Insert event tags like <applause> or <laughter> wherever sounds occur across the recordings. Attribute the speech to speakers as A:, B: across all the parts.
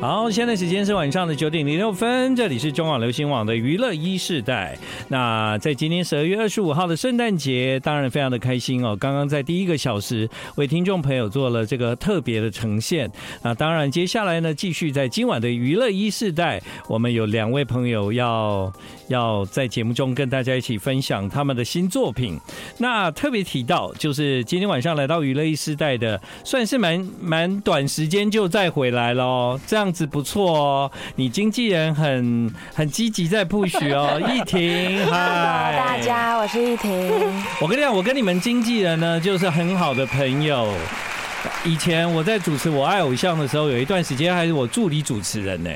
A: 好，现在时间是晚上的九点零六分，这里是中网流行网的娱乐一世代。那在今天十二月二十五号的圣诞节，当然非常的开心哦。刚刚在第一个小时为听众朋友做了这个特别的呈现。那当然，接下来呢，继续在今晚的娱乐一世代，我们有两位朋友要要在节目中跟大家一起分享他们的新作品。那特别提到，就是今天晚上来到娱乐一世代的，算是蛮蛮短时间就再回来了哦，这样子不错哦。你经纪人很 <laughs> 很积极在 push 哦，依婷，嗨，
B: Hello，大，
A: 哎
B: 家，我是依婷。
A: <laughs> 我跟你讲，我跟你们经纪人呢，就是很好的朋友。以前我在主持《我爱偶像》的时候，有一段时间还是我助理主持人呢、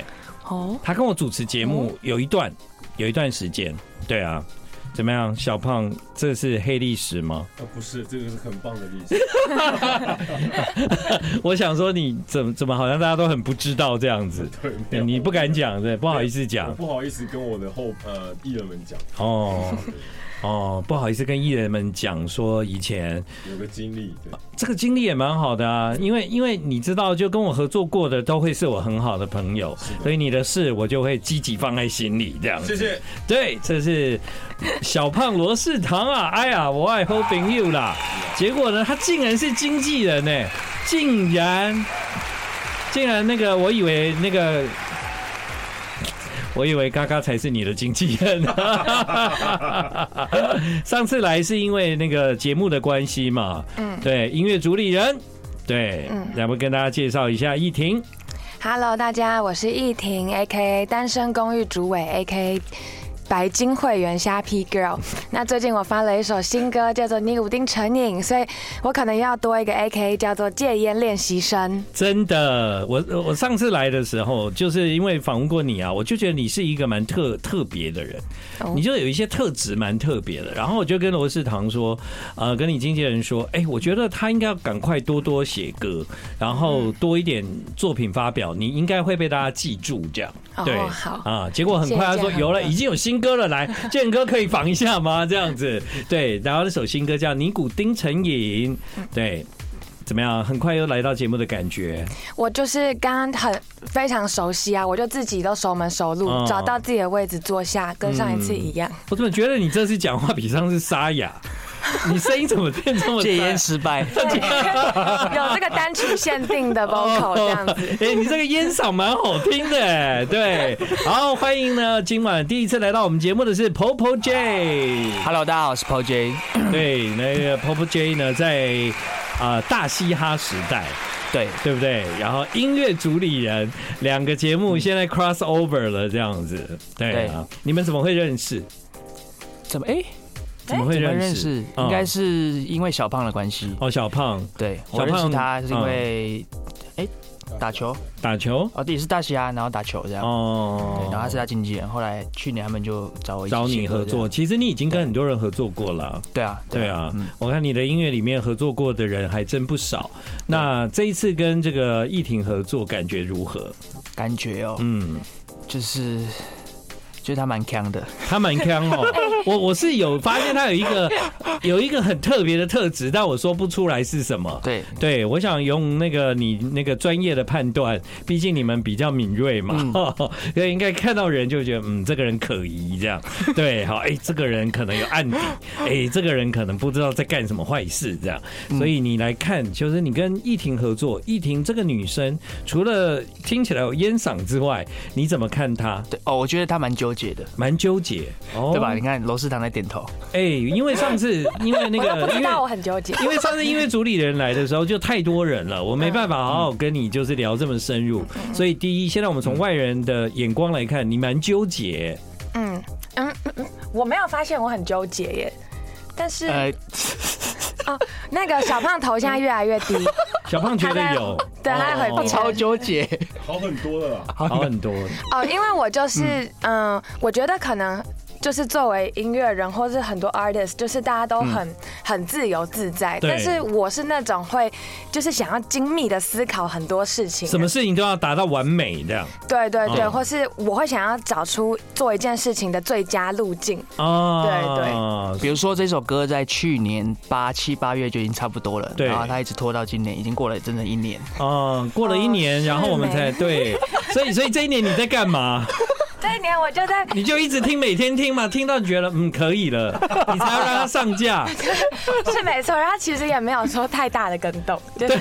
B: 哦，
A: 他跟我主持节
C: 哦
A: 目有一段有一段时间，对啊。怎么样，小胖？这是黑历史吗？ <laughs>
C: 呃，不是，这个是很棒的例子。
A: 我想说，你怎么怎么好像大家都很不知道这样子，
C: 对，
A: 你
C: 没有
A: 哎你不敢讲，对，不好意思
C: 我
A: 讲
C: 不好意思跟我的后呃艺人们讲，
A: 哦哦，不好意思跟艺人们讲说以前
C: 有个经历，对，
A: 这个经历也蛮好的啊，因为因为你知道，就跟我合作过的都会是我很好的朋友，所以你的事我就会积极放在心里这样子。
C: 谢谢。
A: 对，这是小胖罗世堂啊！哎呀，我爱 hoping you
B: <laughs>
A: 啦。结果呢，他竟然是经纪人呢、竟然，竟然那个，我以为那个。我以为嘎嘎才是你的经纪人，啊
B: <laughs>
A: 上次来是因为那个节目的关系嘛，
B: 嗯
A: 对，音乐主理人，对，
B: 嗯
A: 然后跟大家介绍一下依婷，
B: Hello，大家，我是依婷，A K A 单身公寓主委，A K A 白金会员虾皮 girl。那最近我发了一首新歌，叫做《尼古丁成瘾》，所以我可能要多一个 A K A 叫做戒烟练习生。
A: 真的，我我上次来的时候，就是因为访问过你啊，我就觉得你是一个蛮特特别的人，
B: 哦
A: 你就有一些特质蛮特别的。然后我就跟罗世堂说，呃，跟你经纪人说，哎、我觉得他应该要赶快多多写歌，然
B: 嗯
A: 后多一点作品发表，你应该会被大家记住这样。
B: 哦
A: 对，
B: 好
A: 啊，结果很快他说
B: 谢谢嗯
A: 有了，
B: 建哥
A: 已经有新歌了，
B: <laughs>
A: 来，建哥可以仿一下吗？这样子，对，然后那首新歌叫《尼古丁成瘾》，
B: 嗯
A: 对。怎么样？很快又来到节目的感觉，
B: 我就是刚刚很非常熟悉啊，我就自己都熟门熟路，
A: 哦
B: 找到自己的位置坐下，跟上一次一样。
A: 我怎么觉得你这次讲话比上次沙
B: <laughs>
A: 哑？你声音怎么变这么沙
D: 戒烟失败，
B: <laughs> 有这个单曲限定
A: <laughs>
B: 的 vocal 这样子。
A: 哦哎、你这个烟嗓蛮好听的、哎对。好，欢迎呢，今晚第一次来到我们节目的是 Popo J。
B: 啊
D: Hello，大家好，我是 Paul J。
A: 对，那个 Popo J 呢，在啊、大嘻哈时代，
D: 对，
A: 对不对？然后音乐主理人，两个节目现在 cross over 了，这样子。对啊，你们怎么会认识？
D: 怎么哎、
A: 怎么会
D: 怎么
A: 认
D: 认
A: 识
D: 识？？
A: 嗯
D: 应该是因为小胖的关系。
A: 哦，小胖
D: 对，
A: 小
D: 我
A: 胖嗯
D: 认识他是因为哎、打球，
A: 打球
D: 哦，弟是大西亚，然后打球这样。
A: 哦，
D: 对，然后他是他经纪人，后来去年他们就找我一起
A: 找你
D: 写歌
A: 合作，
D: 这样。
A: 其实你已经跟很多人合作过了。
D: 对啊，
A: 对啊，我看你的音乐里面合作过的人还真不少。那这一次跟这个艺婷合作，感觉如何？
D: 感觉哦，
A: 嗯，
D: 就是就是他蛮强的，
A: 他蛮强
D: <laughs>
A: 哦。我我是有发现他有一个有一个很特别的特质，但我说不出来是什么。
D: 对，
A: 对，我想用那个你那个专业的判断，毕竟你们比较敏锐嘛，<laughs>
B: 嗯
A: 所以应该看到人就觉得，嗯，这个人可疑这样。 <laughs> 对，好，哎、这个人可能有
B: <laughs>
A: 案底，哎、这个人可能不知道在干什么坏事这样。
B: 嗯
A: 所以你来看，就是你跟依婷合作，依婷这个女生，除了听起来有烟嗓之外，你怎么看她？
D: 对哦，我觉得他蛮纠结的，
A: 蛮纠结，哦
D: 对吧？你？看罗斯堂在点头，
A: 哎、因为上次，因为那
B: <laughs>
A: 个，
B: 我都不知
A: 因为
B: 道我很纠结。
A: 因为上次音乐主理人来的时候就太多人了，我没办法好好跟你就是聊这么深入，所以第一，现在我们从外人的眼光来看，你蛮纠结，
B: 嗯嗯嗯，嗯，我没有发现我很纠结耶，但是、
A: 哎
D: 呃，
B: 哦，那个小胖头现在越来越低，
A: 小胖 <laughs> 觉得
B: <laughs>
A: 有，哦
B: 对他在回避
D: 超纠结，
C: 好很多了啦。
A: 好很多，
B: 嗯哦，因为我就是嗯、我觉得可能就是作为音乐人或是很多 artist，就是大家都很、很自由自在，
A: 嗯对
B: 但是我是那种会就是想要精密的思考很多事情的，
A: 什么事情都要达到完美这样
B: 对对对，
A: 嗯
B: 或是我会想要找出做一件事情的最佳
A: <laughs>
B: 路径。
A: 啊
D: 比如说这首歌在去年八七八月就已经差不多了，
A: 对
D: 然后它一直拖到今年，已经过了整整一年。
A: 啊、过了一年，
B: 哦
A: 然后我们
B: 是
A: 才
B: 没
A: 对，所以所以这一年你在干嘛？
B: 这一年我就在
A: 你就一直听，每天听嘛，听到你觉得嗯可以了，你才要让它上
B: <laughs>
A: 架。
B: 是没错，然后其实也没有说太大的跟动，就是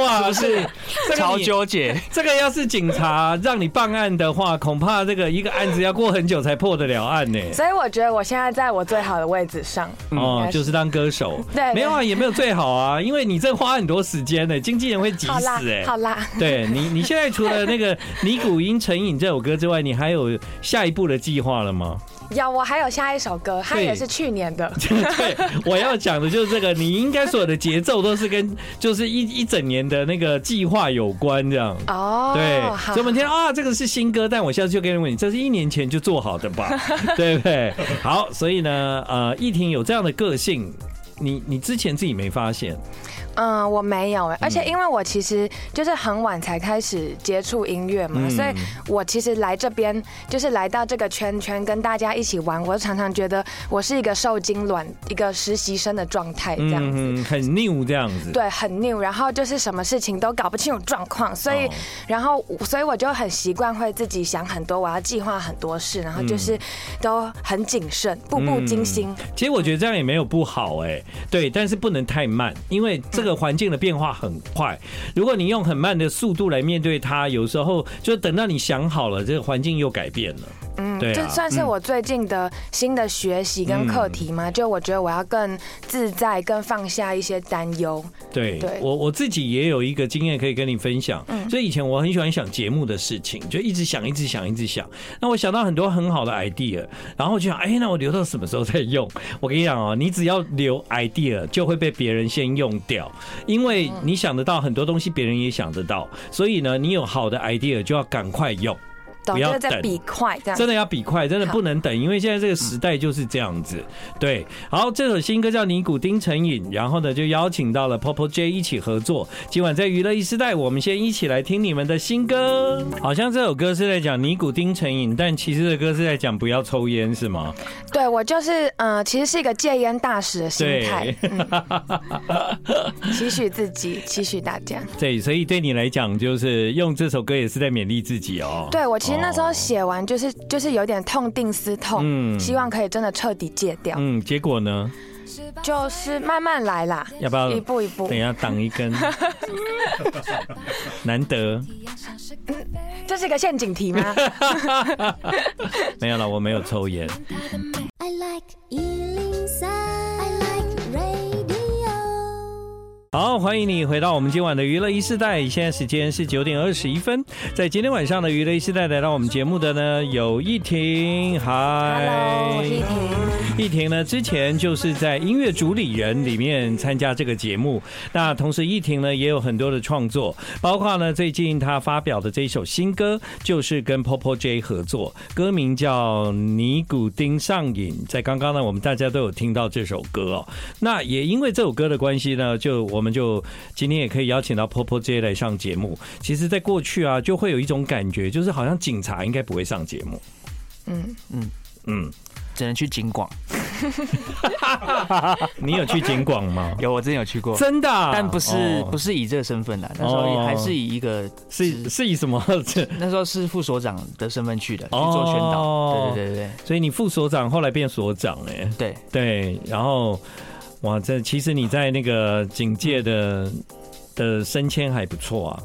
A: 哇，是这个
D: 超
A: 你
D: 纠
A: <laughs>
D: 结，
A: 这个要是警察让你办案的话，恐怕这个一个案子要过很久才破得了案呢、
B: 所以我觉得我现在在我最好的位置上。
A: 哦
B: 应，该是
A: 就是当歌手，
B: 嗯对对
A: 没有啊，也没有最好啊，因为你这花很多时间呢、经纪人会急
B: 好
A: 死
B: 啦
A: 哎、，
B: 好啦，
A: 对你，你现在除了那个《 <laughs> 尼古因成瘾》这首歌之外，你还有下一步的计划了吗？ <laughs>
B: 有我还有下一首歌，它
A: 对
B: 也是去年
A: <laughs>
B: 的。
A: 对，我要讲的就是这个，你应该所有的节奏都是跟就是一一整年的那个计划有关这样。
B: 哦，
A: 对，
B: 好
A: 所以我们听到啊，这个是新歌，但我下次就跟人问你，这是一年前就做好的
B: <laughs>
A: 吧，对不对？好，所以呢，呃，依婷有这样的个性，你你之前自己没发现，
B: 嗯，我没有哎，而且因为我其实就是很晚才开始接触音乐嘛，
A: 嗯
B: 所以我其实来这边就是来到这个圈圈跟大家一起玩，我常常觉得我是一个受精卵、一个实习生的状态这样子。
A: 嗯，很 new 这样子，
B: 对，很 new，然后就是什么事情都搞不清楚状况，所以，
A: 哦
B: 然后，所以我就很习惯会自己想很多，我要计划很多事，然后
A: 嗯
B: 就是都很谨慎，步步惊心。
A: 其实我觉得这样也没有不好哎、对，但是不能太慢，因为这个环境的变化很快。如果你用很慢的速度来面对它，有时候就等到你想好了，这个环境又改变了。
B: 嗯，
A: 对啊嗯
B: 这算是我最近的新的学习跟课题嘛？就我觉得我要更自在，更放下一些担忧。
A: 对
B: 对
A: 我我自己也有一个经验可以跟你分享，所以以前我很喜欢想节目的事情，就一直想，一直想，一直想。那我想到很多很好的 idea，然后我就想，哎、那我留到什么时候再用？ <laughs> 我跟你讲哦，你只要留 idea，就会被别人先用掉，因为你想得到很多东西，别人也想得到，所以呢，你有好的 idea 就要赶快用。
B: 懂，
A: 不要
B: 就是在
A: 等
B: 比快这样。
A: 真的要比快，真的
B: 好嗯
A: 不能等，因为现在这个时代就是这样子。对，好，这首新歌叫《尼古丁成瘾》，然后呢就邀请到了 Popo J 一起合作。今晚在娱乐一时代，我们先一起来听你们的新歌。好像这首歌是在讲尼古丁成瘾，但其实这歌是在讲不要抽烟，是吗？
B: 对我就是，呃，其实是一个戒烟大使的心态
A: 对，
B: 嗯期许自己，期许大家。
A: <laughs> 对，所以对你来讲，就是用这首歌也是在勉励自己哦。
B: 对我其实那时候
A: 哦
B: 写完，就是就是有点痛定思痛，
A: 嗯
B: 希望可以真的彻底戒掉，
A: 嗯，结果呢，
B: 就是慢慢来啦，
A: 要不要
B: 一步一步
A: 等一。下挡一
B: <laughs>
A: 根？难得。
B: 这是一个陷阱
A: <laughs>
B: 题吗？
A: 没有了，我没有抽烟。
E: I like Ealing Sound. I like radio.
A: 好，欢迎你回到我们今晚的娱乐一世代，现在时间是九点二十一分。在今天晚上的娱乐一世代来到我们节目的呢，有一婷，嗨哎
B: Hello，我是依婷。
A: 一婷呢，之前就是在音乐主理人里面参加这个节目。那同时，一婷呢也有很多的创作，包括呢最近她发表的这一首新歌，就是跟 Popo J 合作，歌名叫《尼古丁上瘾》。在刚刚呢，我们大家都有听到这首歌哦。那也因为这首歌的关系呢，就我们就今天也可以邀请到 Popo J 来上节目。其实，在过去啊，就会有一种感觉，就是好像警察应该不会上节目。
B: 嗯
A: 嗯，
D: 只能去景广。？
A: 你有去警广吗
D: 有，我之前有去
A: <laughs>
D: 过。
A: 真的啊、
D: 但不是、
A: 哦
D: 不是以这个身份的，那时候还是以一个
A: 是是以什么？这
D: 那时候是副所长的身份去的，去
A: 哦
D: 做宣导。对对对
A: <laughs> 所以你副所长后来变所长哎、
D: 对对，
A: 对，然后哇，这其实你在那个警界的的升迁还不错啊，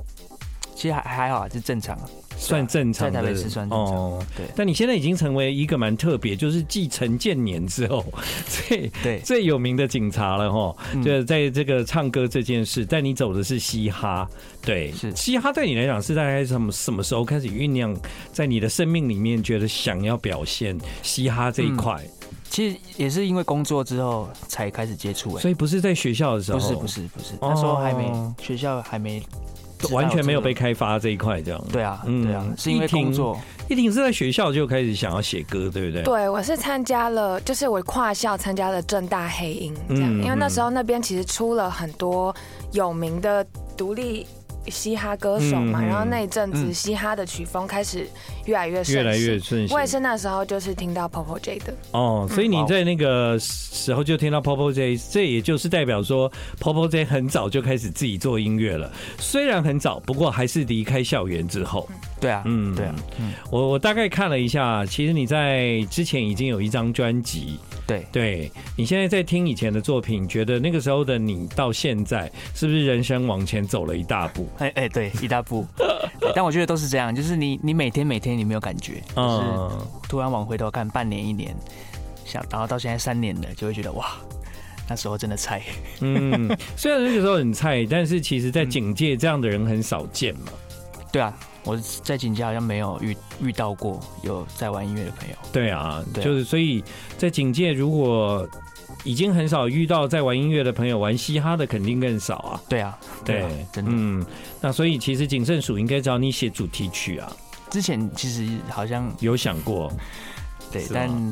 D: 其实还还好啊，是正常啊。
A: 算正常的，哦
D: 在台北市算正常对
A: 但你现在已经成为一个蛮特别，就是继
D: <laughs>
A: 承建年之后最
D: 对，
A: 最有名的警察了哈。
D: 嗯
A: 就是在这个唱歌这件事，但你走的是嘻哈，对，
D: 是
A: 嘻哈对你来讲是大概什么什么时候开始酝酿在你的生命里面，觉得想要表现嘻哈这一块？
D: 嗯其实也是因为工作之后才开始接触、欸。
A: 所以不是在学校的时候，
D: 不是不是不是，
A: 哦
D: 那时候还没学校还没
A: 完全没有被开发这一块，这样。
D: 对啊，
A: 嗯
D: 对啊，是因为
A: 一听
D: 工作，
A: 一定是在学校就开始想要写歌，对不对？
B: 对，我是参加了，就是我跨校参加了正大黑鹰，这样，
A: 嗯
B: 因为那时候那边其实出了很多有名的独立嘻哈歌手嘛，
A: 嗯嗯
B: 然后那一阵子
D: 嗯
B: 嘻哈的曲风开始越来越盛
A: 越来越
B: 行
A: 顺
B: 我也
A: 行
B: 是那时候就是听到 Popo J 的，
A: 哦，所以你
D: 哇哦
A: 在那个时候就听到 Popo J，这也就是代表说 Popo J 很早就开始自己做音乐了，虽然很早，不过还是离开校园之后。
D: 对啊，
A: 嗯
D: 嗯，对啊，嗯，
A: 我我大概看了一下，其实你在之前已经有一张专辑，
D: 对，啊
A: 对你现在在听以前的作品，觉得那个时候的你到现在是不是人生往前走了一大步？
D: 哎哎，对，一大步。 <laughs> 对但我觉得都是这样，就是你你每天每天你没有感觉，就是
A: 嗯，
D: 突然往回头看半年一年，想然后到现在三年了，就会觉得哇，那时候真的菜。 <laughs>
A: 嗯，虽然那个时候很菜，但是其实，在
D: 嗯
A: 警界这样的人很少见嘛。
D: 对啊，我在警界好像没有遇遇到过有在玩音乐的朋友。
A: 对啊，
D: 对啊
A: 就是所以在警界，如果已经很少遇到在玩音乐的朋友，玩嘻哈的肯定更少啊。
D: 对啊，
A: 对
D: 啊，真的。
A: 嗯，那所以其实警政署应该找你写主题曲啊，
D: 之前其实好像
A: 有想过
D: 对
A: 是，吗
D: 但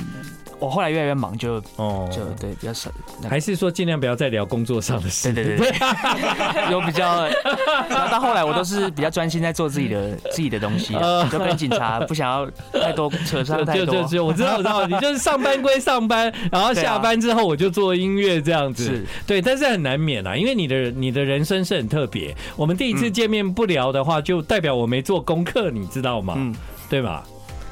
D: 我后来越来越忙就，
A: 哦
D: 就？对比较少，那
A: 还是说尽量不要再聊工作上的事？
D: 对对对对， <laughs> 有比较。然后到后来我都是比较专心在做自己的自己的东西啊，就跟警察不想要太多扯上太
A: 呃就就
D: 多。
A: 就我知道我知道，
D: <laughs>
A: 你就是上班归上班，然后
D: 对啊
A: 下班之后我就做音乐这样子
D: 是。，
A: 对，但是很难免啊，因为你的你的人生是很特别。我们第一次见面不聊的话，就代表我没做功课，你知道吗？
D: 嗯，
A: 对吧？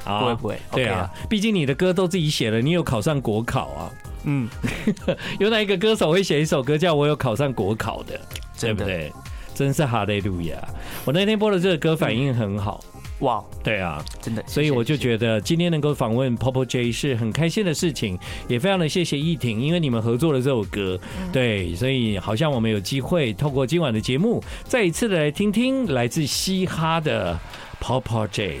A: 啊
D: 不会不会，
A: 对
D: OK
A: 啊，，毕竟你的歌都自己写了，你有考上国考啊？
D: 嗯，
A: <laughs> 有哪一个歌手会写一首歌叫我有考上国考的？对
D: 真
A: 不
D: 的，
A: 对？真是哈利路亚！我那天播的这个歌反应很好，
D: 哇，
A: 对啊，
D: 真的，
A: 所以我就
D: 得
A: 觉得今天能够访问 Popo J 是很开心的事情，也非常的谢谢依婷，因为你们合作了这首歌，对，所以好像我们有机会透过今晚的节目，再一次的来听听来自嘻哈的 Popo J。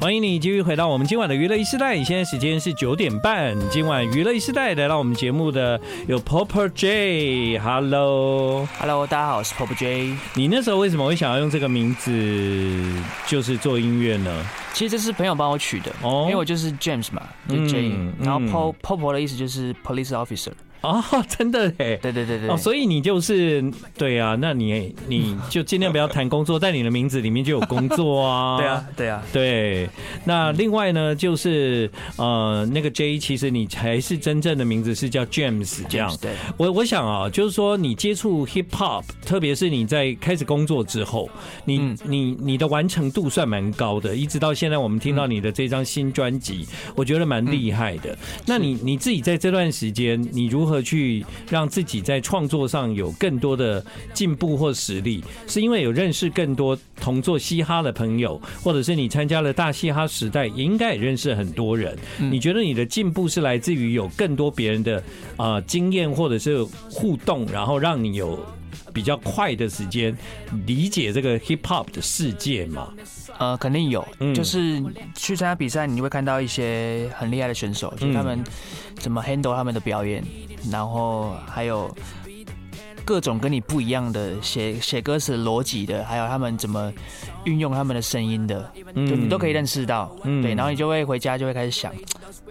A: 欢迎你继续回到我们今晚的娱乐一时代，现在时间是九点半。今晚娱乐一时代来到我们节目的有 Popo J，Hello。
D: ，Hello，大家好，我是 Pop J。
A: 你那时候为什么会想要用这个名字，就是做音乐呢？
D: 其实这是朋友帮我取的，
A: 哦
D: 因为我就是 James 嘛，就
A: 嗯
D: J，然后
A: 嗯
D: Po Popo 的意思就是 police officer。
A: 哦， <laughs> 真的嘞。
D: 对对对对，
A: 哦，所以你就是对啊，那你你就尽量不要谈工作，但你的名字里面就有工作啊。
D: <laughs> 对啊，对啊，
A: <laughs> 对，那另外呢，就是呃，那个 J，其实你才是真正的名字是叫 James 这样
D: James，。对，
A: 我我想啊，就是说你接触 hip hop，特别是你在开始工作之后，你、
D: 嗯
A: 你你的完成度算蛮高的，一直到现在我们听到你的这张新专辑，我觉得蛮厉害的。
D: 嗯
A: 那你你自己在这段时间，你如何去让自己在创作上有更多的进步或实力？是因为有认识更多同做嘻哈的朋友，或者是你参加了大嘻哈时代，也应该也认识很多人。
D: 嗯
A: 你觉得你的进步是来自于有更多别人的啊经验或者是互动，然后让你有比较快的时间理解这个 hip hop 的世界嘛？
D: 呃，肯定有，
A: 嗯
D: 就是去参加比赛，你会看到一些很厉害的选手，
A: 嗯
D: 就是他们怎么 handle 他们的表演，然后还有各种跟你不一样的写写歌词的逻辑的，还有他们怎么运用他们的声音的，就你都可以认识到，
A: 嗯
D: 对，然后你就会回家就会开始想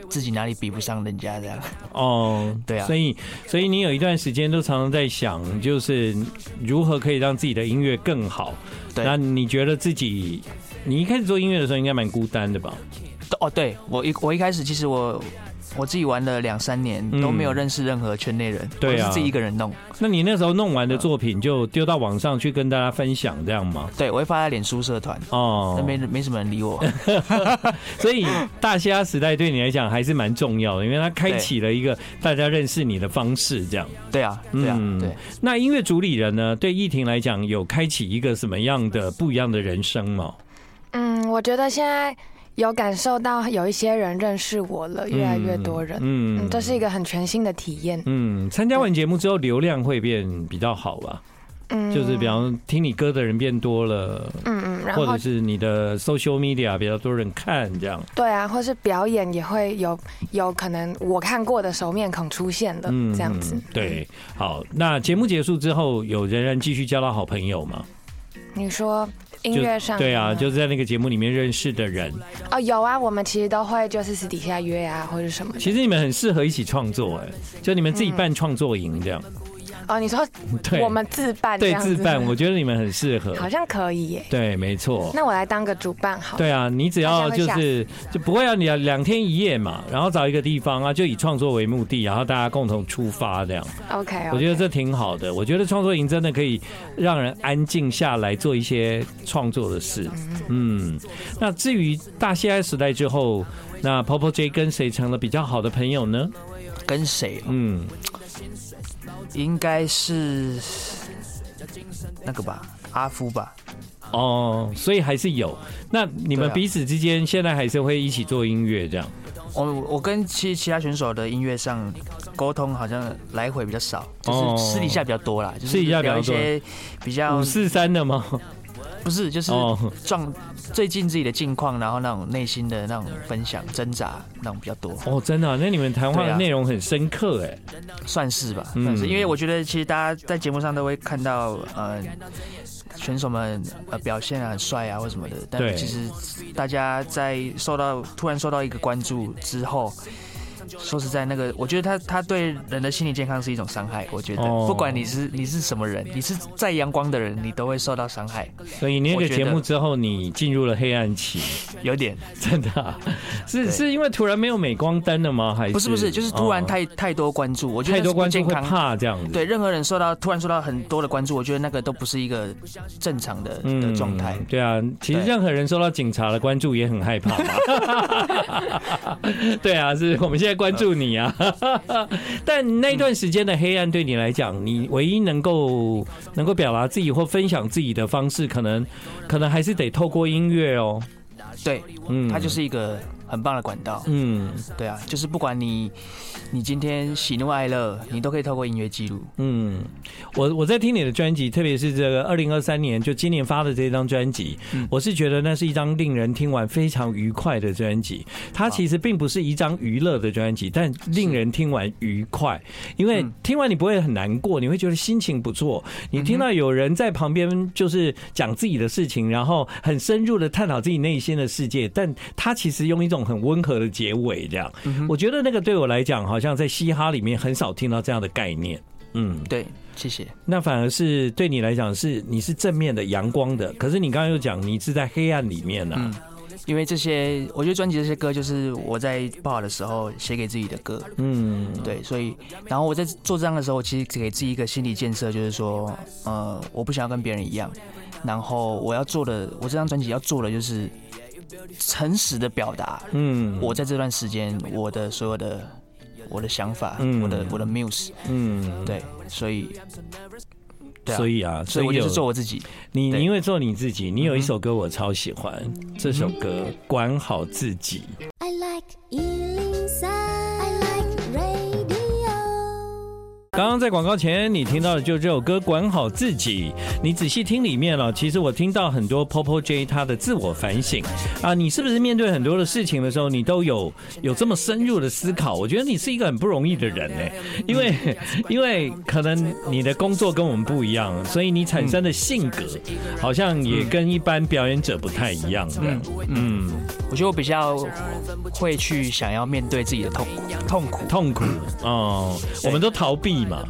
D: 自己哪里比不上人家这样， <laughs>
A: 哦，
D: 对啊嗯
A: 所以所以你有一段时间都常常在想，就是如何可以让自己的音乐更好。
D: 对
A: 那你觉得自己，你一开始做音乐的时候应该蛮孤单的吧？
D: 哦，对我一我一开始其实我。我自己玩了两三年
A: 嗯
D: 都没有认识任何圈内人，
A: 对啊
D: 我是自己一个人弄。
A: 那你那时候弄完的作品就丢到网上去跟大家分享，这样吗？
D: 对，我会发在脸书社团，
A: 哦
D: 那，没人没什么人
A: <laughs>
D: 理我。
A: 所以大虾时代对你来讲还是蛮重要的，因为它开
D: 对
A: 启了一个大家认识你的方式。这样，
D: 对啊，对啊，
A: 嗯
D: 对。
A: 那音乐主理人呢，对依婷来讲有开启一个什么样的不一样的人生吗？
B: 嗯，我觉得现在有感受到有一些人认识我了，越来越多人，
A: 嗯
B: 嗯，这是一个很全新的体验。
A: 嗯，参加完节目之后流量会变比较好吧？
B: 嗯
A: 就是比方听你歌的人变多了，
B: 嗯嗯，然
A: 或
B: 后
A: 者是你的 social media 啊比较多人看这样。
B: 对啊，或是表演也会有有可能我看过的熟面孔出现的呃这样子。
A: 嗯对，好，那节目结束之后，有仍然继续交到好朋友吗？
B: 嗯你说音
A: 就
B: 乐上
A: 对啊，
B: 吗
A: 就是在那个节目里面认识的人，
B: 哦有啊，我们其实都会就是私底下约啊或者什么的。
A: 其实你们很适合一起创作，哎，就你们自己办创作营这样，
B: 哦，你说
A: <laughs> 对，
B: 我们自办这
A: 对
B: 样子
A: 自办，我觉得你们很适合，
B: 好像可以耶。
A: 对，没错。
B: 那我来当个主办 <laughs> 好了。
A: 对啊，你只要就是就不会要两两天一夜嘛，然后找一个地方啊，就以创作为目的，然后大家共同出发这样，
B: OK，
A: 我觉得这挺好的。我觉得创作营真的可以让人安静下来做一些创作的事。嗯，那至于大西安时代之后，那 Popo J 跟谁成了比较好的朋友呢？
D: 跟谁？
A: 嗯，
D: 应该是那个吧，阿夫吧。
A: 哦，所以还是有。那你们
D: 对啊
A: 彼此之间现在还是会一起做音乐这样？
D: 我我跟其其他选手的音乐上沟通好像来回比较少，
A: 哦
D: 就是私底下比较多啦，就是
A: 私底下比较多
D: 聊一些比较
A: 五四三的吗？
D: 不是就是
A: 哦，
D: 状最近自己的近况，然后那种内心的那种分享挣扎那种比较多，
A: 哦，真的啊、那你们谈话
D: 对
A: 的
D: 啊
A: 内容很深刻哎。
D: 算是吧，
A: 嗯
D: 算是，因为我觉得其实大家呃在节目上都会看到呃。选手们呃表现啊很帅啊或什么的，
A: 对
D: 但其实大家在受到突然受到一个关注之后，说实在那个，我觉得他他对人的心理健康是一种伤害。我觉得、
A: 哦
D: 不管你是你是什么人，你是再阳光的人，你都会受到伤害，
A: 所以那
D: 我
A: 个
D: 觉
A: 节目
D: 得
A: 之后，你进入了黑暗
D: <laughs>
A: 期，
D: 有点
A: 真的啊、是
D: 对
A: 是因为突然没有镁光灯了吗？还是
D: 不是不是，就是突然
A: 哦
D: 太、太多关注，我觉得
A: 太多
D: 那
A: 观
D: 是
A: 众
D: 不
A: 会
D: 健康
A: 怕这样子。
D: 对任何人受到突然受到很多的关注，我觉得那个都不是一个正常的的状态。
A: 嗯对啊，其实
D: 对
A: 任何人受到警察的关注也很害怕嘛。
D: <laughs>
A: 对啊，是我们现在关注你啊。 <laughs> 但那段时间的黑暗对你来讲，你唯一能够能够表达自己或分享自己的方式，可能可能还是得透过音乐哦。
D: 对，
A: 嗯
D: 它就是一个很棒的管道。
A: 嗯
D: 对啊，就是不管你你今天喜怒哀乐，你都可以透过音乐记录。
A: 嗯，我我在听你的专辑，特别是这个二零二三年就今年发的这张专辑，我是觉得那是一张令人听完非常愉快的专辑。它其实并不是一张娱乐的专辑，但令人听完愉快，因为
D: 嗯
A: 听完你不会很难过，你会觉得心情不错。你听到有人在旁边就是讲自己的事情，然后很深入的探讨自己内心的世界，但他其实用一种很温和的结尾，这样，我觉得那个对我来讲，好像在嘻哈里面很少听到这样的概念。嗯，
D: 对，谢谢。
A: 那反而是对你来讲是你是正面的、阳光的，可是你刚刚又讲你是在黑暗里面啊。
D: 嗯因为这些，我觉得专辑这些歌就是我在不好的时候写给自己的歌。
A: 嗯，
D: 对，所以，然后我在做这样的时候，其实给自己一个心理建设，就是说，呃，我不想要跟别人一样，然后我要做的，我这张专辑要做的就是诚实的表达
A: 嗯，
D: 我在这段时间我的所有的我的想法，
A: 嗯
D: 我的我的 muse，
A: 嗯，
D: 对，所以，对啊
A: 所以啊，
D: 所以我
A: 有
D: 就是做我自己，
A: 你，
D: 对
A: 你因为做你自己，你有一首歌我超喜欢，这首歌《管好自己》。
E: I like Ealing Sound. I like radio.
A: 刚刚在广告前，你听到的就是这首歌《管好自己》。你仔细听里面了，其实我听到很多 Popo J 他的自我反省啊，你是不是面对很多的事情的时候，你都有有这么深入的思考？我觉得你是一个很不容易的人呢、因为因为可能你的工作跟我们不一样，所以你产生的性格好像也跟一般表演者不太一样的。嗯，
D: 我觉得我比较会去想要面对自己的痛苦痛苦，
A: 痛苦哦，我们都逃避嘛，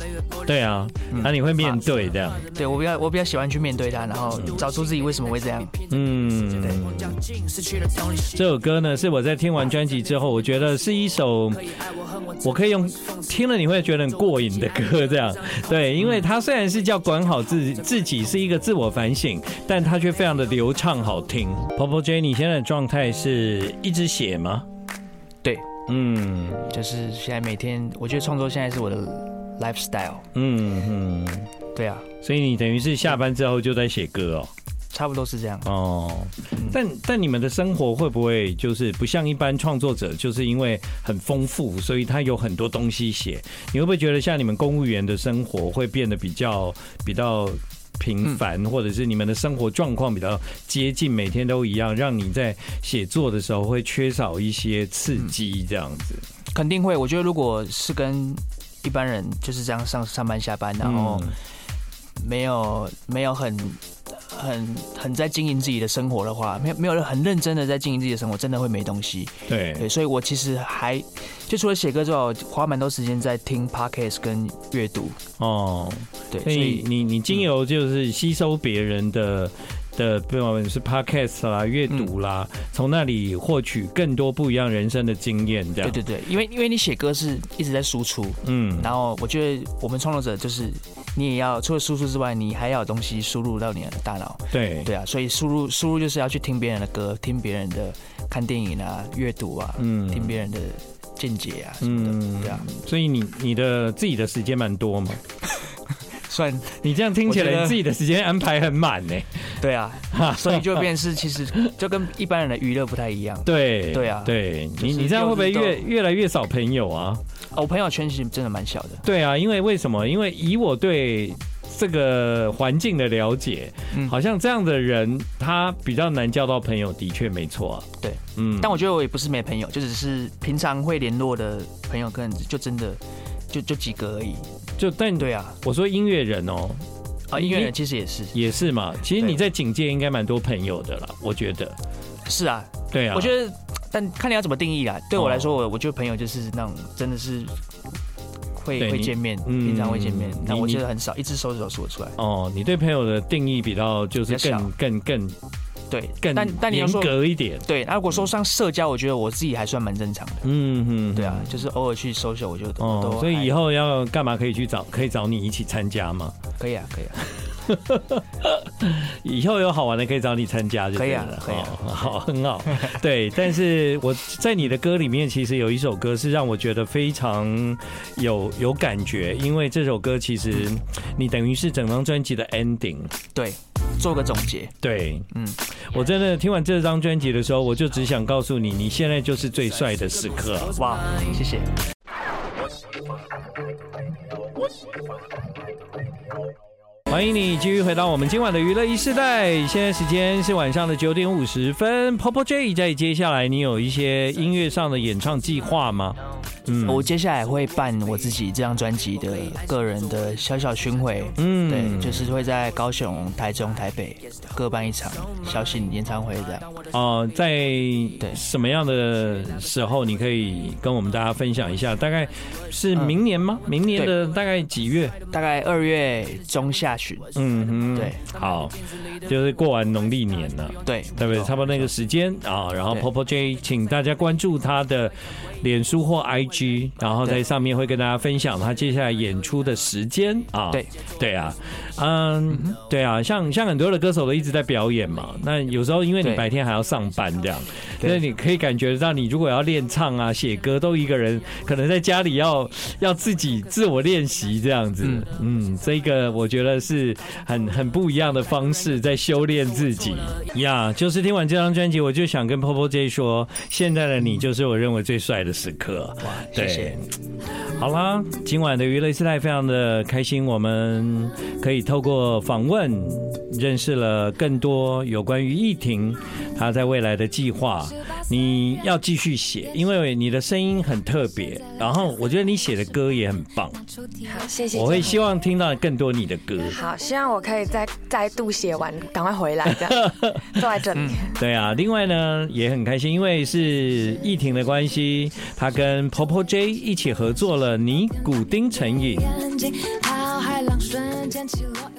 A: 对啊，那、你会面对这样。
D: 对我比较我比较喜欢去面对它，然后找出自己为什么会这样。
A: 嗯，这首歌呢，是我在听完专辑之后，我觉得是一首我可以用听了你会觉得很过瘾的歌，这样对，因为它虽然是叫管好自己自己是一个自我反省，但它却非常的流畅好听。Popo J，你现在的状态是一直写吗？
D: 对，
A: 嗯
D: 就是现在每天，我觉得创作现在是我的 lifestyle。
A: 嗯嗯，
D: 对啊，
A: 所以你等于是下班之后就在写歌哦。
D: 差不多是这样。
A: 哦，但但你们的生活会不会就是不像一般创作者，就是因为很丰富，所以他有很多东西写？你会不会觉得像你们公务员的生活会变得比较比较平凡，或者是你们的生活状况比较接近，每天都一样，让你在写作的时候会缺少一些刺激，这样子。
D: 肯定会。我觉得如果是跟一般人就是这样上上班下班，然后
A: 嗯
D: 没有没有很很很在经营自己的生活的话，没有没有很认真的在经营自己的生活，真的会没东西。对，
A: 对，
D: 所以我其实还就除了写歌之外，我花蛮多时间在听 podcast 跟阅读。
A: 哦，
D: 对，
A: 所
D: 所
A: 以
D: 以嗯
A: 你你经由就是吸收别人的。的，不管是 podcast 啦、阅
D: 嗯
A: 读啦，从、那里获取更多不一样人生的经验，这
D: 对
A: 样。
D: 对对，因为因为你写歌是一直在输出，
A: 嗯，
D: 然后我觉得我们创作者就是你也要除了输出之外，你还要有东西输入到你的大脑。
A: 对
D: 对啊，所以输入输入就是要去听别人的歌，听别人的看电影啊、阅读啊，
A: 嗯
D: 听别人的见解啊什么的，
A: 嗯
D: 对啊，
A: 所以你你的自己的时间蛮多嘛？
D: 算
A: 你这样听起
D: 我觉
A: 来
D: 得
A: 你自己的时间安排很满呢、
D: 对啊，
A: <laughs>
D: 所以就变成是其实 <laughs> 就跟一般人的娱乐不太一样。
A: 对
D: 对啊
A: 对
D: 就是
A: 你你这样会不会
D: 六日
A: 越
D: 都
A: 越来越少朋友啊？
D: 哦我朋友圈其实真的蛮小的，
A: 对啊，因为为什么？因为以我对这个环境的了解，
D: 嗯
A: 好像这样的人他比较难交到朋友，的确没错、啊。
D: 对，
A: 嗯
D: 但我觉得我也不是没朋友，就只是平常会联络的朋友，可能就真的就就几个而已。
A: 就但
D: 对啊，
A: 我说音乐人哦，
D: 啊，音乐人其实也是，
A: 也是嘛。其实
D: 对
A: 你在警界应该蛮多朋友的啦，我觉得。
D: 是啊，
A: 对啊，
D: 我觉得，但看你要怎么定义啦。对我
A: 哦
D: 来说，我我觉得朋友就是那种真的是会
A: 对
D: 会
A: 你
D: 见面，
A: 嗯
D: 平常会见面
A: 你，
D: 但我
A: 你
D: 觉得很少，一只手指头数得出来。
A: 哦，你对朋友的定义比较就是
D: 比较小
A: 更更更
D: 对，
A: 更
D: 但但你要
A: 严
D: 说
A: 格一点，
D: 对，那如果说像社交，我觉得我自己还算蛮正常的。
A: 嗯哼，
D: 对啊，就是偶尔去 social，我就都
A: 哦，
D: 都
A: 所以以
D: 后
A: 后要干嘛可以去找，可以找你一起参加吗？
D: 可以啊，可以啊，
A: 以后有好玩的可以找你参加就对了，
D: 可以啊
A: 哦好，很好， <laughs> 对。但是我在你的歌里面，其实有一首歌是让我觉得非常有有感觉，因为这首歌其实你等于是整张专辑的 ending，
D: 对，做个总结，
A: 对，嗯
D: 嗯，
A: 我真的听完这张专辑的时候，我就只想告诉你，你现在就是最帅的时刻啊、
D: 哇，谢谢。
A: 欢迎你继续回到我们今晚的娱乐一世代，现在时间是晚上的九点五十分。Popo J 在接下来你有一些音乐上的演唱计划吗？嗯
D: 我接下来会办我自己这张专辑的个人的小小巡回，
A: 嗯
D: 对，就是会在高雄、台中、台北各办一场小型演唱会这样。
A: 哦、在什么样的时候你可以跟我们大家分享一下？大概是明年吗？
D: 嗯
A: 明年的大概几月？
D: 大概二月中下旬，
A: 嗯哼，
D: 对，
A: 好，就是过完农历年了。
D: 对
A: 对不对？差不多那个时间啊，然后
D: 对
A: Popo J，请大家关注他的脸书或 IG，然后在
D: 对
A: 上面会跟大家分享他接下来演出的时间啊。
D: 对
A: 对啊，嗯，对啊，像像很多的歌手都一直在表演嘛，那有时候因为你
D: 对
A: 白天还要上班这样，
D: 对
A: 那你可以感觉到你如果要练唱啊、写歌，都一个人可能在家里要要自己自我练习这样子。嗯
D: 嗯
A: 这个我觉得是很很不一样的方式在修炼自己呀。就是听完这张专辑，我就想跟 Popo J 说，现在的你就是我认为最帅的时刻。
D: 谢谢，
A: 好啦，今晚的娱乐时代非常的开心，我们可以透过访问认识了更多有关于艺婷她在未来的计划。你要继续写，因为你的声音很特别，然后我觉得你写的歌也很棒，
B: 好，谢谢。
A: 我会希望听到更多你的歌。
B: 好，希望我可以再再度写完，赶快回来，这样坐在这里。
A: 对啊，另外呢也很开心，因为是艺婷的关系，她跟 Popo J 一起合作了《尼古丁成瘾》。
F: 眼睛，浩海浪瞬间起落。